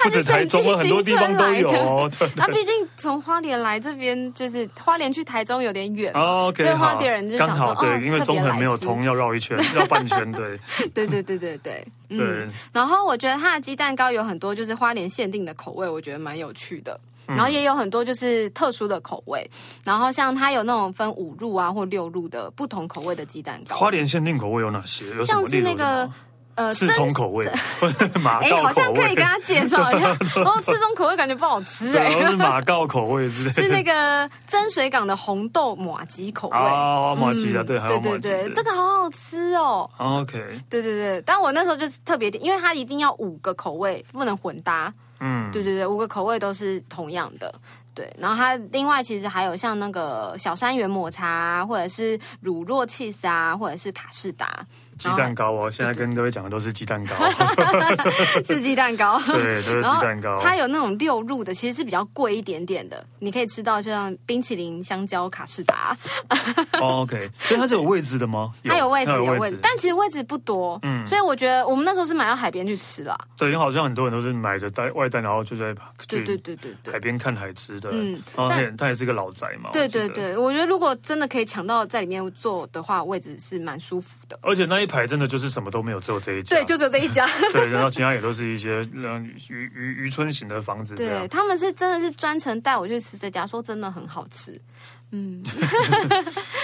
Speaker 1: 不止台中，很多地方都有哦，对。
Speaker 2: 那毕竟从花莲来这边，就是花莲去台中有点远嘛，
Speaker 1: 哦 OK，
Speaker 2: 所以花
Speaker 1: 好
Speaker 2: 莲人就想
Speaker 1: 刚
Speaker 2: 说，
Speaker 1: 好
Speaker 2: 哦
Speaker 1: 对，因为中横没有，
Speaker 2: 特
Speaker 1: 通，要绕一圈，绕半圈， 对
Speaker 2: 别来吃 对对对对对，嗯
Speaker 1: 对。
Speaker 2: 然后我觉得它的鸡蛋糕有很多就是花莲限定的口味，我觉得蛮有趣的。
Speaker 1: 嗯
Speaker 2: 然后也有很多就是特殊的口味，然后像它有那种分五入啊或六入的不同口味的鸡蛋糕
Speaker 1: 花，莲限定口味有哪些？有什么
Speaker 2: 像是那个呃
Speaker 1: 四重口味，或者马
Speaker 2: 哎，
Speaker 1: 告
Speaker 2: 好
Speaker 1: 口
Speaker 2: 像可以
Speaker 1: 味，
Speaker 2: 跟他介绍一下，哦，吃这种口味感觉不好吃 哎、
Speaker 1: 对，或是 马告口味之类 的。
Speaker 2: 是那个真水港的红豆马吉口味。
Speaker 1: 啊，马吉的，
Speaker 2: 嗯
Speaker 1: 对，还有
Speaker 2: 对
Speaker 1: 马
Speaker 2: 对
Speaker 1: 吉
Speaker 2: 对，
Speaker 1: 的
Speaker 2: 这。个好好吃哦。
Speaker 1: OK，
Speaker 2: 对对对，但我那时候就是特别点，因为它一定要五个口味，不能混搭。
Speaker 1: 嗯，
Speaker 2: 对对对，五个口味都是同样的。对，然后它另外其实还有像那个小山原抹茶啊，或者是乳酪 cheese 啊，或者是卡士达，
Speaker 1: 鸡蛋糕哦，现在跟各位讲的都是鸡蛋糕，
Speaker 2: 是鸡蛋糕。
Speaker 1: 对，都是鸡
Speaker 2: 哦 然后
Speaker 1: 蛋糕。
Speaker 2: 它有那种六入的，其实是比较贵一点点的，你可以吃到像冰淇淋、香蕉、卡士达，
Speaker 1: 哦 OK，所以它是有位置的吗？
Speaker 2: 它有位置
Speaker 1: 它
Speaker 2: 有位置，但其实位置不多，嗯，所以我觉得我们那时候是买到海边去吃啦，
Speaker 1: 对，因为好像很多人都是买着带外带，然后就在
Speaker 2: 对对
Speaker 1: 去
Speaker 2: 对对对
Speaker 1: 海。边看海吃的。
Speaker 2: 嗯
Speaker 1: 然后它也
Speaker 2: 但
Speaker 1: 它也是个老宅嘛。我
Speaker 2: 对
Speaker 1: 记
Speaker 2: 对
Speaker 1: 得。
Speaker 2: 对，我觉得如果真的可以抢到在里面坐的话，位置是蛮舒服的。
Speaker 1: 而且那一排真的就是什么都没有，只有这一家。
Speaker 2: 对，啊就只有这一 家。
Speaker 1: 对，然后其他也都是一些嗯渔渔渔村型的房子这
Speaker 2: 对
Speaker 1: 样。
Speaker 2: 他们是真的是专程带我去吃这家，说真的很好 吃。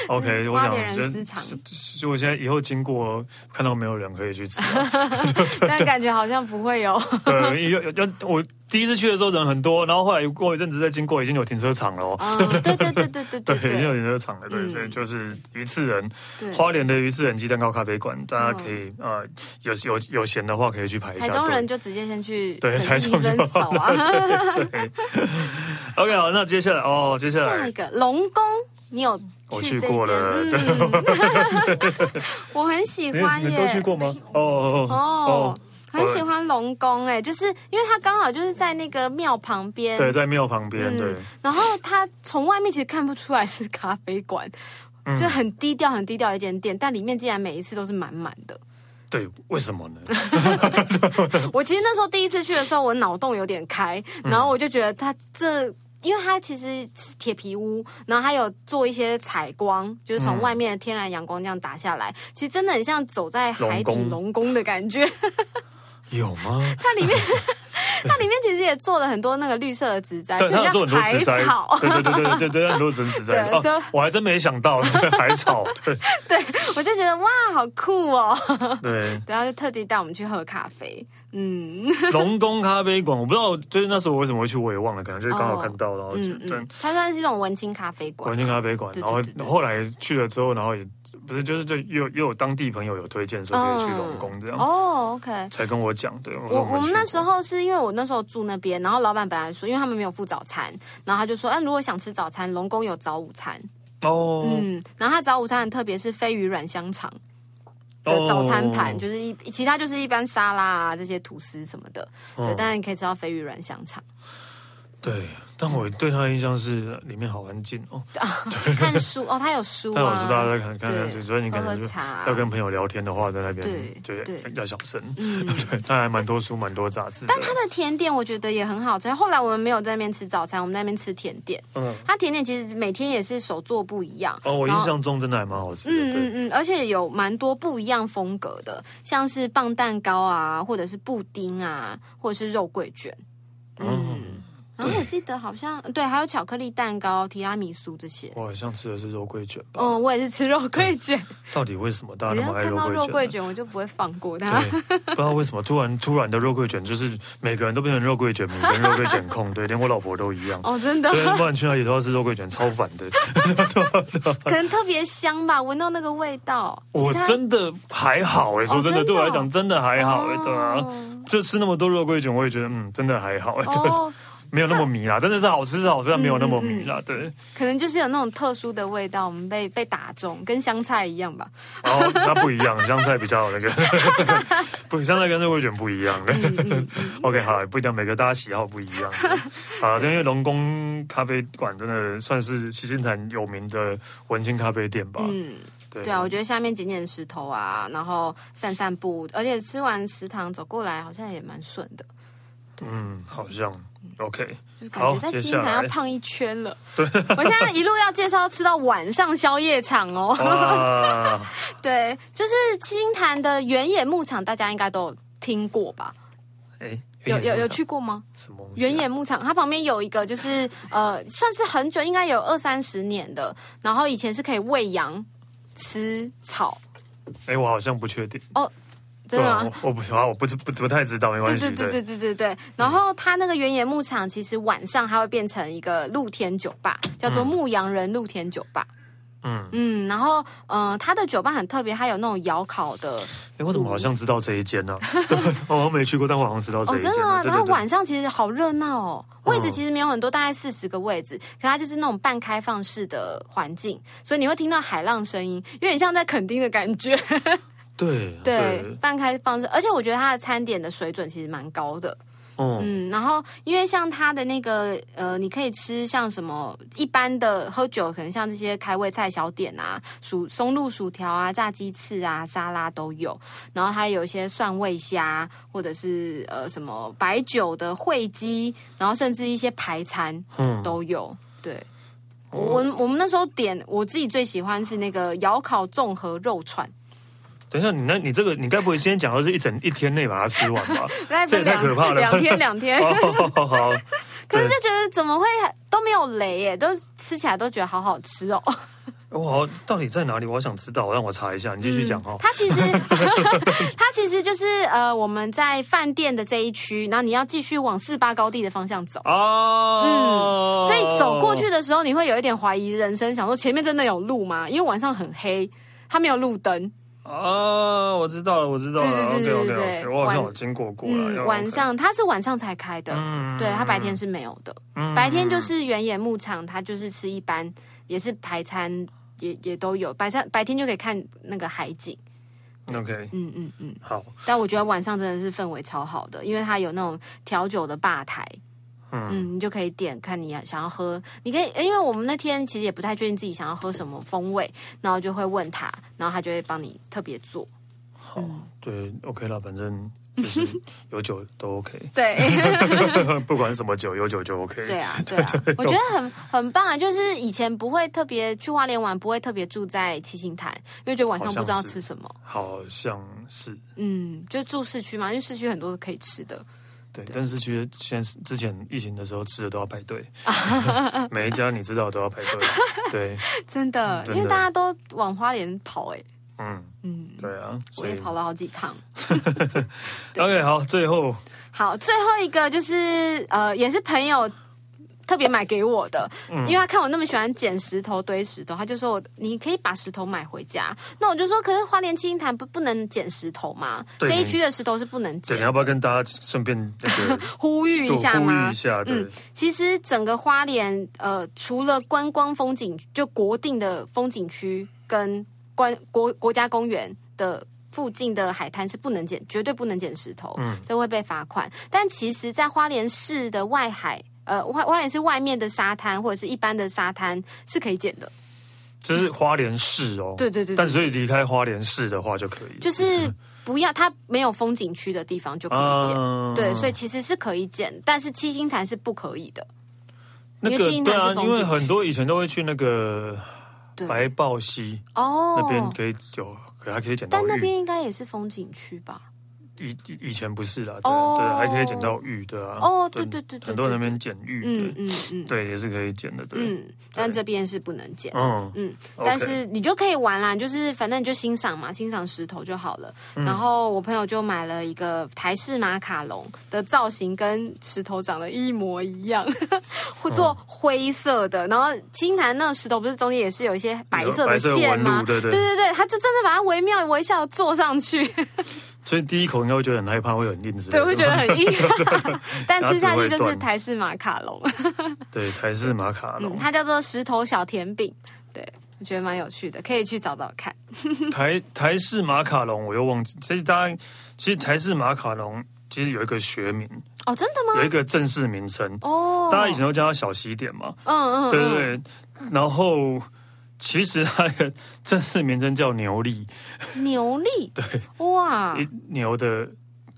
Speaker 1: OK，我
Speaker 2: 花
Speaker 1: 想
Speaker 2: 莲人
Speaker 1: 觉得
Speaker 2: 私藏
Speaker 1: 是是就我现在以后经过看到没有人可以去吃啊，
Speaker 2: 但感觉好像不会有。
Speaker 1: 对，要要我第一次去的时候人很多，然后后来过一阵子再经过已经有停车场了哦。
Speaker 2: 嗯，对对对对对
Speaker 1: 对，
Speaker 2: 对
Speaker 1: 已经有
Speaker 2: 对
Speaker 1: 停车场了，对，
Speaker 2: 嗯
Speaker 1: 所以就是鱼刺人，
Speaker 2: 对。嗯
Speaker 1: 花莲的鱼刺人鸡蛋糕咖啡馆，大家可以呃有有有闲的话可以去排一下
Speaker 2: 台
Speaker 1: 队。
Speaker 2: 中人就直接先去
Speaker 1: 对台
Speaker 2: 审计
Speaker 1: 中
Speaker 2: 医
Speaker 1: 就
Speaker 2: 生手 啊。
Speaker 1: OK，好，那接下来哦，接下
Speaker 2: 下
Speaker 1: 来
Speaker 2: 一个龙宫，你有
Speaker 1: 我
Speaker 2: 去
Speaker 1: 去
Speaker 2: 这
Speaker 1: 过
Speaker 2: 间
Speaker 1: 了
Speaker 2: 嗯 我很喜
Speaker 1: 你有
Speaker 2: 欢
Speaker 1: 你
Speaker 2: 耶。
Speaker 1: 们都去过吗？哦哦哦
Speaker 2: 哦
Speaker 1: 哦，，
Speaker 2: 很喜欢龙宫哎，就是因为它刚好就是在那个庙旁边，
Speaker 1: 对，在庙旁边，
Speaker 2: 嗯
Speaker 1: 对。
Speaker 2: 然后它从外面其实看不出来是咖啡馆，
Speaker 1: 嗯
Speaker 2: 就很低调很低调的一间店，但里面竟然每一次都是满满的。
Speaker 1: 对，为什么 呢？嗯
Speaker 2: 我其实那时候第一次去的时候，我脑洞有点开，然后我就觉得它这。因为它其实是铁皮屋，然后它有做一些采光，就
Speaker 1: 嗯
Speaker 2: 是从外面的天然阳光这样打下来，其实真的很像走在
Speaker 1: 龙
Speaker 2: 海底
Speaker 1: 宫
Speaker 2: 龙宫的感觉。
Speaker 1: 有吗？
Speaker 2: 它里面 它里面其实也做了很多那个绿色的植栽，啊就
Speaker 1: 对，他有做
Speaker 2: 像
Speaker 1: 很多
Speaker 2: 海
Speaker 1: 植栽
Speaker 2: 草，。
Speaker 1: 对对对对对对，他有很多真植栽。
Speaker 2: 对所以
Speaker 1: 哦，我还真没想到，对，海草，对
Speaker 2: 我就觉得哇，好酷哦！
Speaker 1: 对。
Speaker 2: 然后就特地带我们去喝咖啡。嗯
Speaker 1: 龙宫咖啡馆，我不知道，就是那时候我为什么会去，我也忘了，可能就是刚好
Speaker 2: 哦
Speaker 1: 看到，然后就
Speaker 2: 嗯
Speaker 1: 对
Speaker 2: 嗯，它算是一种文青咖啡馆
Speaker 1: 国。庆咖啡馆，
Speaker 2: 对
Speaker 1: 然
Speaker 2: 对
Speaker 1: 后
Speaker 2: 对对
Speaker 1: 后来去了之后，然后也不是，就是就又又有当地朋友有推荐说可以去龙宫这样，
Speaker 2: 哦，OK。
Speaker 1: 才跟我讲，对，我
Speaker 2: 我
Speaker 1: 说
Speaker 2: 我们
Speaker 1: 去
Speaker 2: 那
Speaker 1: 过
Speaker 2: 时候是因为我那时候住那边，然后老板本来说，因为他们没有付早餐，然后他就说，哎、如果想吃早餐，龙宫有早午餐，嗯
Speaker 1: 哦，
Speaker 2: 嗯，然后他早午餐很特别，是鲱鱼软香肠，的早餐
Speaker 1: 哦
Speaker 2: 盘，就是一其他就是一般沙拉啊这些吐司什么的，对
Speaker 1: 嗯，
Speaker 2: 当然你可以吃到鲱鱼软香肠。
Speaker 1: 对，但我对他的印象是里面好安静哦。
Speaker 2: 看书哦，它有书
Speaker 1: 但我
Speaker 2: 啊
Speaker 1: 知，道大家看看看
Speaker 2: 对
Speaker 1: 所以你可
Speaker 2: 喝喝
Speaker 1: 能就
Speaker 2: 茶啊
Speaker 1: 要跟朋友聊天的话，在那边
Speaker 2: 对
Speaker 1: 就
Speaker 2: 对
Speaker 1: 要小声。
Speaker 2: 嗯，
Speaker 1: 对，他还蛮多书，蛮多杂志的。
Speaker 2: 但它的甜点我觉得也很好吃。后来我们没有在那边吃早餐，我们在那边吃甜点。
Speaker 1: 嗯，
Speaker 2: 它甜点其实每天也是手做不一样。
Speaker 1: 哦，我
Speaker 2: 然
Speaker 1: 印
Speaker 2: 后
Speaker 1: 象中真的还蛮好吃的。对，
Speaker 2: 嗯嗯嗯，而且有蛮多不一样风格的，像是棒蛋糕啊，或者是布丁啊，或者是肉桂卷。嗯，然后我记得好像 对，还有巧克力蛋糕、提拉米苏这些。
Speaker 1: 我好像吃的是肉桂卷吧？
Speaker 2: 嗯，我也是吃肉桂卷，
Speaker 1: 到底为什么大
Speaker 2: 只
Speaker 1: 啊家那
Speaker 2: 要
Speaker 1: 么爱
Speaker 2: 看到
Speaker 1: 肉
Speaker 2: 肉
Speaker 1: 桂
Speaker 2: 桂
Speaker 1: 卷呢？啊
Speaker 2: 卷，我就不会放过它。
Speaker 1: 对， 不知道为什么突然突然的肉桂卷，就是每个人都变成肉桂卷迷跟肉桂卷控，对，连我老婆都一样。
Speaker 2: 哦，真的
Speaker 1: 所，以不然去哪里都要吃肉桂卷，超烦 的。
Speaker 2: 可能特别香吧，闻到那个味道。
Speaker 1: 我
Speaker 2: 其他
Speaker 1: 真的还好哎、说真的，
Speaker 2: 真的哦
Speaker 1: 对我来讲真的还好哎、对啊，
Speaker 2: 哦
Speaker 1: 就吃那么多肉桂卷，我也觉得嗯，真的还好哎、对，
Speaker 2: 哦，
Speaker 1: 没有那么迷 啦，真的是好吃是好吃，但没有那么迷
Speaker 2: 嗯
Speaker 1: 啦，对。
Speaker 2: 可能就是有那种特殊的味道，我们被被打中，跟香菜一样吧。
Speaker 1: 然后哦那不一样，香菜比较那 个，不，香菜跟肉桂卷不一样。OK，好了，
Speaker 2: 嗯
Speaker 1: 不一样，每个大家喜好不一 样。好了，因为龙宫咖啡馆真的算是七星潭有名的文青咖啡店吧？
Speaker 2: 嗯，
Speaker 1: 对
Speaker 2: 对啊，我觉得下面捡捡石头啊，然后散散步，而且吃完食堂走过来好像也蛮顺的，
Speaker 1: 嗯，好像 OK。
Speaker 2: 就感
Speaker 1: 好，
Speaker 2: 觉在
Speaker 1: 接
Speaker 2: 新
Speaker 1: 下
Speaker 2: 潭
Speaker 1: 来
Speaker 2: 要。胖一 圈了。对，我现在一路要介绍吃到晚上宵夜场哦。
Speaker 1: 哇，
Speaker 2: 对，就是新潭的原野牧场，大家应该都有听过吧？
Speaker 1: 哎，
Speaker 2: 有有
Speaker 1: 原野牧
Speaker 2: 有去
Speaker 1: 场
Speaker 2: 过吗？
Speaker 1: 什么东西啊
Speaker 2: 原野牧场，它旁边有一个就是呃，算是很久，应该有二三十年的。然后以前是可以喂羊吃草，
Speaker 1: 哎，我好像不确定，
Speaker 2: 真的
Speaker 1: 对
Speaker 2: 吗
Speaker 1: 啊？我我不啊，我不是不不太知道，没关
Speaker 2: 对
Speaker 1: 系，
Speaker 2: 对对对对对对。然后它那个原野牧场，其实晚上它会变成一个露天酒吧，叫做牧羊人露天酒吧。
Speaker 1: 嗯，
Speaker 2: 嗯，然后呃，它的酒吧很特别，它有那种窑烤的
Speaker 1: 哎，我怎么好像知道这一间 呢？哦我好像没去过，但我好像知道这
Speaker 2: 哦，
Speaker 1: 一间啊
Speaker 2: 真
Speaker 1: 了。
Speaker 2: 的吗？
Speaker 1: 对
Speaker 2: 然后
Speaker 1: 对对
Speaker 2: 晚上其实好热闹哦，位置
Speaker 1: 嗯
Speaker 2: 其实没有很多，大概四十个位置，可它就是那种半开放式的环境，所以你会听到海浪声音，有点像在垦丁的感觉。
Speaker 1: 对
Speaker 2: 对，， 半开放式，而且我觉得它的餐点的水准其实蛮高的。
Speaker 1: 嗯，
Speaker 2: 嗯，然后因为像它的那个呃，你可以吃像什么一般的喝酒，可能像这些开胃菜小点啊，薯松露薯条啊、炸鸡翅啊、沙拉都有。然后还有一些蒜味虾，或者是呃什么白酒的烩鸡，然后甚至一些排餐
Speaker 1: 嗯哦
Speaker 2: 都有。对，我我我们那时候点，我自己最喜欢是那个窑烤综合肉串，
Speaker 1: 等一下，你那你这个你该不会今天讲的是一整一天内把它吃完 吧？
Speaker 2: 来
Speaker 1: 这也太可怕了吧
Speaker 2: 两天两天。
Speaker 1: 哦，好，
Speaker 2: 可是就觉得怎么会都没有雷耶，都吃起来都觉得好好吃哦。
Speaker 1: 我好，到底在哪里？我想知道，让我查一下。你继续讲哦。
Speaker 2: 它其实它其实就是呃我们在饭店的这一区，然后你要继续往四八高地的方向走。
Speaker 1: 哦，
Speaker 2: 嗯所以走过去的时候，你会有一点怀疑人生，想说前面真的有路吗？因为晚上很黑，它没有路灯。
Speaker 1: 哦，我知道了，我知道了。
Speaker 2: 对
Speaker 1: OK
Speaker 2: 对对
Speaker 1: OK
Speaker 2: 对
Speaker 1: OK，
Speaker 2: 对
Speaker 1: 我好像
Speaker 2: 晚
Speaker 1: 有经过过了。要
Speaker 2: 嗯，晚，上它是晚上才开的，
Speaker 1: 嗯
Speaker 2: 对，它白天是没有的。
Speaker 1: 嗯
Speaker 2: 白天就是原野牧场，它就是吃一般也是排餐，也也都有。白餐白天就可以看那个海景。
Speaker 1: OK。
Speaker 2: 嗯嗯嗯。
Speaker 1: 好，
Speaker 2: 但我觉得晚上真的是氛围超好的，因为它有那种调酒的吧台。嗯，你就可以点看你想要喝，你可以，因为我们那天其实也不太确定自己想要喝什么风味，然后就会问他，然后他就会帮你特别做。
Speaker 1: 好，对，OK 了，反正 就是有酒都 OK，
Speaker 2: 对，
Speaker 1: 不管什么酒，有酒就 OK。
Speaker 2: 对啊，对 啊，我觉得很很棒啊！就是以前不会特别去花莲玩，不会特别住在七星潭，因为觉得晚上不知道吃什么。
Speaker 1: 好像是。
Speaker 2: 嗯，就住市区嘛，因为市区很多可以吃的。
Speaker 1: 对，但是其实现在之前疫情的时候吃的都要排 队，每一家你知道都要排队。对，
Speaker 2: 真的，
Speaker 1: 真的
Speaker 2: 因为大家都往花莲跑、欸，哎，
Speaker 1: 嗯，
Speaker 2: 嗯，
Speaker 1: 对啊，
Speaker 2: 我
Speaker 1: 所
Speaker 2: 也
Speaker 1: 以
Speaker 2: 跑了好几趟。
Speaker 1: OK 好，最后
Speaker 2: 好，最后一个就是呃，也是朋友特别买给我的，
Speaker 1: 嗯
Speaker 2: 因为他看我那么喜欢捡石头、堆石头，他就说我你可以把石头买回家。那我就说，可是花莲七星潭不不能捡石头吗？
Speaker 1: 对
Speaker 2: 这一区的石头是不能
Speaker 1: 对，你
Speaker 2: 捡，
Speaker 1: 要不要跟大家顺便那个
Speaker 2: 呼吁一下
Speaker 1: 多呼
Speaker 2: 吗嗯
Speaker 1: 吁一？下？对，
Speaker 2: 其实整个花莲，呃，除了观光风景，就国定的风景区跟观国国家公园的附近的海滩是不能捡，绝对不能捡石头，
Speaker 1: 嗯
Speaker 2: 这会被罚款。但其实，在花莲市的外海，呃，花花莲市外面的沙滩或者是一般的沙滩是可以捡的，
Speaker 1: 这是花莲市哦。
Speaker 2: 对对对对
Speaker 1: 但所以离开花莲市的话就可以，
Speaker 2: 就是不要它没有风景区的地方就可以捡。
Speaker 1: 嗯
Speaker 2: 对，所以其实是可以捡，但是七星潭是不可以的。
Speaker 1: 那
Speaker 2: 因
Speaker 1: 个
Speaker 2: 为金银
Speaker 1: 对
Speaker 2: 潭
Speaker 1: 啊
Speaker 2: 是，风
Speaker 1: 因为
Speaker 2: 景
Speaker 1: 很
Speaker 2: 区
Speaker 1: 多以前都会去那个
Speaker 2: 对，
Speaker 1: 白豹溪
Speaker 2: 哦，
Speaker 1: 那边，可以有，可还可以捡到
Speaker 2: 但那
Speaker 1: 玉。
Speaker 2: 边应该也是风景区吧？
Speaker 1: 以以以前不是啦，对
Speaker 2: 哦
Speaker 1: 对，还可以捡到玉，对啊。
Speaker 2: 哦对对对对
Speaker 1: 很多人
Speaker 2: 对
Speaker 1: 那
Speaker 2: 对
Speaker 1: 边捡玉，
Speaker 2: 嗯
Speaker 1: 对
Speaker 2: 嗯嗯
Speaker 1: 对，也是可以捡的，对。
Speaker 2: 嗯，但这边是不能捡。
Speaker 1: 嗯，
Speaker 2: 嗯，
Speaker 1: OK
Speaker 2: 但是你就可以玩啦，就是反正你就欣赏嘛，欣赏石头就好了。
Speaker 1: 嗯
Speaker 2: 然后我朋友就买了一个台式马卡龙的造型，跟石头长得一模一样，
Speaker 1: 哦
Speaker 2: 会 做灰色的。然后金坛那个石头不是中间也是有一些白色的
Speaker 1: 白色
Speaker 2: 线
Speaker 1: 纹路
Speaker 2: 吗？
Speaker 1: 对对
Speaker 2: 对对对，他就真的把它惟妙惟肖地做上去，
Speaker 1: 所以第一口应该会觉得很害怕，会很硬之类的，
Speaker 2: 对，会觉得很 硬，但吃下去
Speaker 1: 牙齿
Speaker 2: 就
Speaker 1: 会
Speaker 2: 是
Speaker 1: 断
Speaker 2: 台式马卡龙。
Speaker 1: 对台式马卡
Speaker 2: 嗯，
Speaker 1: 龙，
Speaker 2: 它叫做石头小甜饼，对我觉得蛮有趣的，可以去找找看。嗯
Speaker 1: 台台式马卡龙我又忘记，其实大家其实台式马卡龙其实有一个学名，
Speaker 2: 哦，真的
Speaker 1: 有一
Speaker 2: 吗？
Speaker 1: 个正式名称，
Speaker 2: 哦，
Speaker 1: 大家以前都叫它小西点嘛，
Speaker 2: 嗯嗯，
Speaker 1: 对
Speaker 2: 嗯，
Speaker 1: 对对，然后其实它的正式名称叫牛粒，
Speaker 2: 牛力，对，哇，
Speaker 1: 一牛的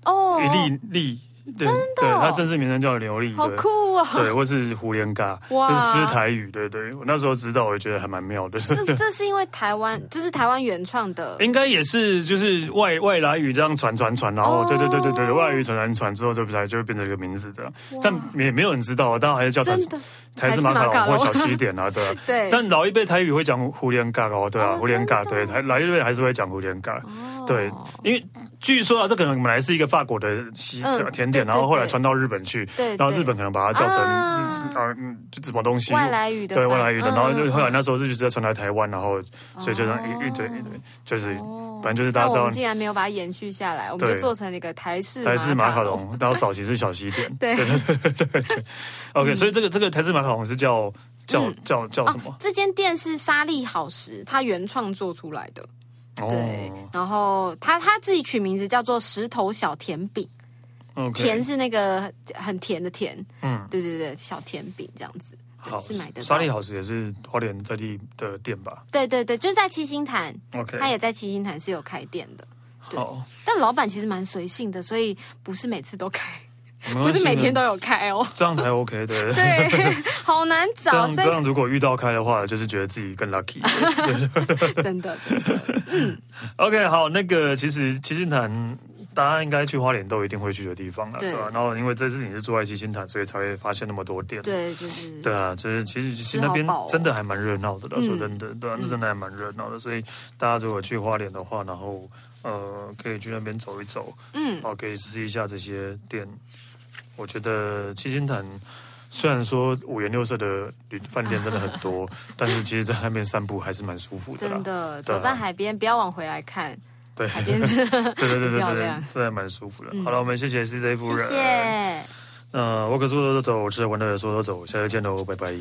Speaker 2: 哦，
Speaker 1: 一粒粒，对对，它正式名称叫牛粒，
Speaker 2: 好
Speaker 1: 对。
Speaker 2: 酷 哦！
Speaker 1: 对，或是胡连嘎，这
Speaker 2: 哇
Speaker 1: 是这是台语，对对，我那时候知道，我觉得还蛮妙的。
Speaker 2: 这这是因为台湾，这是台湾原创的，
Speaker 1: 应该也是就是外外来语这样传传传，然后
Speaker 2: 哦
Speaker 1: 对对对对对，外来语传传传之后，这不才就会变成一个名字这样。但也没有人知道啊，大家还是叫台
Speaker 2: 真的，
Speaker 1: 台式马卡龙或小西点啊，对啊。
Speaker 2: 对，
Speaker 1: 但老一辈台语会讲胡连嘎哦，对啊，
Speaker 2: 哦
Speaker 1: 胡连嘎，
Speaker 2: 真
Speaker 1: 对，
Speaker 2: 的哦
Speaker 1: 台老一辈还是会讲胡连嘎。
Speaker 2: 哦
Speaker 1: 对，因为据说啊，这可能本来是一个法国的西
Speaker 2: 嗯
Speaker 1: 甜点，
Speaker 2: 对对
Speaker 1: 然后后来
Speaker 2: 对
Speaker 1: 传到日本去，
Speaker 2: 对，
Speaker 1: 然后
Speaker 2: 对
Speaker 1: 日本可能把它叫成
Speaker 2: 啊
Speaker 1: 啊，嗯，就什么东西，
Speaker 2: 外来语的
Speaker 1: 对
Speaker 2: 翻
Speaker 1: 外来语的，
Speaker 2: 嗯
Speaker 1: 然后就
Speaker 2: 嗯
Speaker 1: 后来那时候是直接传来台湾，然后所以就让
Speaker 2: 哦
Speaker 1: 一一堆一堆，就是
Speaker 2: 哦
Speaker 1: 反正就是大家知
Speaker 2: 那我
Speaker 1: 道
Speaker 2: 们竟然没有把它延续下来，我们
Speaker 1: 对
Speaker 2: 就做成了一个台式
Speaker 1: 台式马卡，龙，然后早期是小西点，
Speaker 2: 对嗯
Speaker 1: 对对对对对，OK，所以这个这个台式马卡龙是叫叫叫叫什么
Speaker 2: 哦？？这间店是沙粒好食，它原创做出来的。
Speaker 1: 哦
Speaker 2: 对，然后他他自己取名字叫做石头小甜饼，
Speaker 1: ，OK，
Speaker 2: 甜是那个很甜的甜，
Speaker 1: 嗯，
Speaker 2: 对对对，小甜饼这样子，对
Speaker 1: 好
Speaker 2: 是买得，到
Speaker 1: 沙利好时也是花莲在地的店吧
Speaker 2: 对对对，就是在七星潭，
Speaker 1: ？OK，
Speaker 2: 他也在七星潭是有开店的，对
Speaker 1: 好，
Speaker 2: 但老板其实蛮随性的，所以不是每次都开，
Speaker 1: 没
Speaker 2: 不
Speaker 1: 关系
Speaker 2: 是每天都有开 哦，
Speaker 1: 这样才 OK，对对。
Speaker 2: 对，好难
Speaker 1: 这
Speaker 2: 找，
Speaker 1: 样
Speaker 2: 所
Speaker 1: 这
Speaker 2: 以
Speaker 1: 样，如果遇到开的话，就是觉得自己更 lucky。
Speaker 2: 真的
Speaker 1: OK，好，那个其实七星潭，大家应该去花莲都一定会去的地方了，
Speaker 2: 对
Speaker 1: 对吧、然后因为这次你是住在七星潭，所以才会发现那么多店。
Speaker 2: 对，就是
Speaker 1: 对啊，就是其实其实
Speaker 2: 吃好
Speaker 1: 那边
Speaker 2: 饱哦
Speaker 1: 真的还蛮热闹的啦，
Speaker 2: 嗯
Speaker 1: 说真的，对啊，那真的还蛮热闹的。所以大家如果去花莲的话，然后呃，可以去那边走一走，
Speaker 2: 嗯
Speaker 1: 哦，可以试一下这些店。我觉得七星潭虽然说五颜六色的旅饭店真的很 多，但是其实在那边散步还是蛮舒服的啦
Speaker 2: 真。的
Speaker 1: 对啊
Speaker 2: 走在海边，不要往回 来看，
Speaker 1: 对，
Speaker 2: 海 边，
Speaker 1: 对对对对
Speaker 2: 漂
Speaker 1: 对
Speaker 2: 亮，
Speaker 1: 这还蛮舒服的。
Speaker 2: 嗯
Speaker 1: 好了，我们谢谢 CJ 夫
Speaker 2: 谢
Speaker 1: 人。嗯
Speaker 2: 谢。
Speaker 1: 那我可说走就走，吃喝玩乐说走就走，下次见喽，拜拜。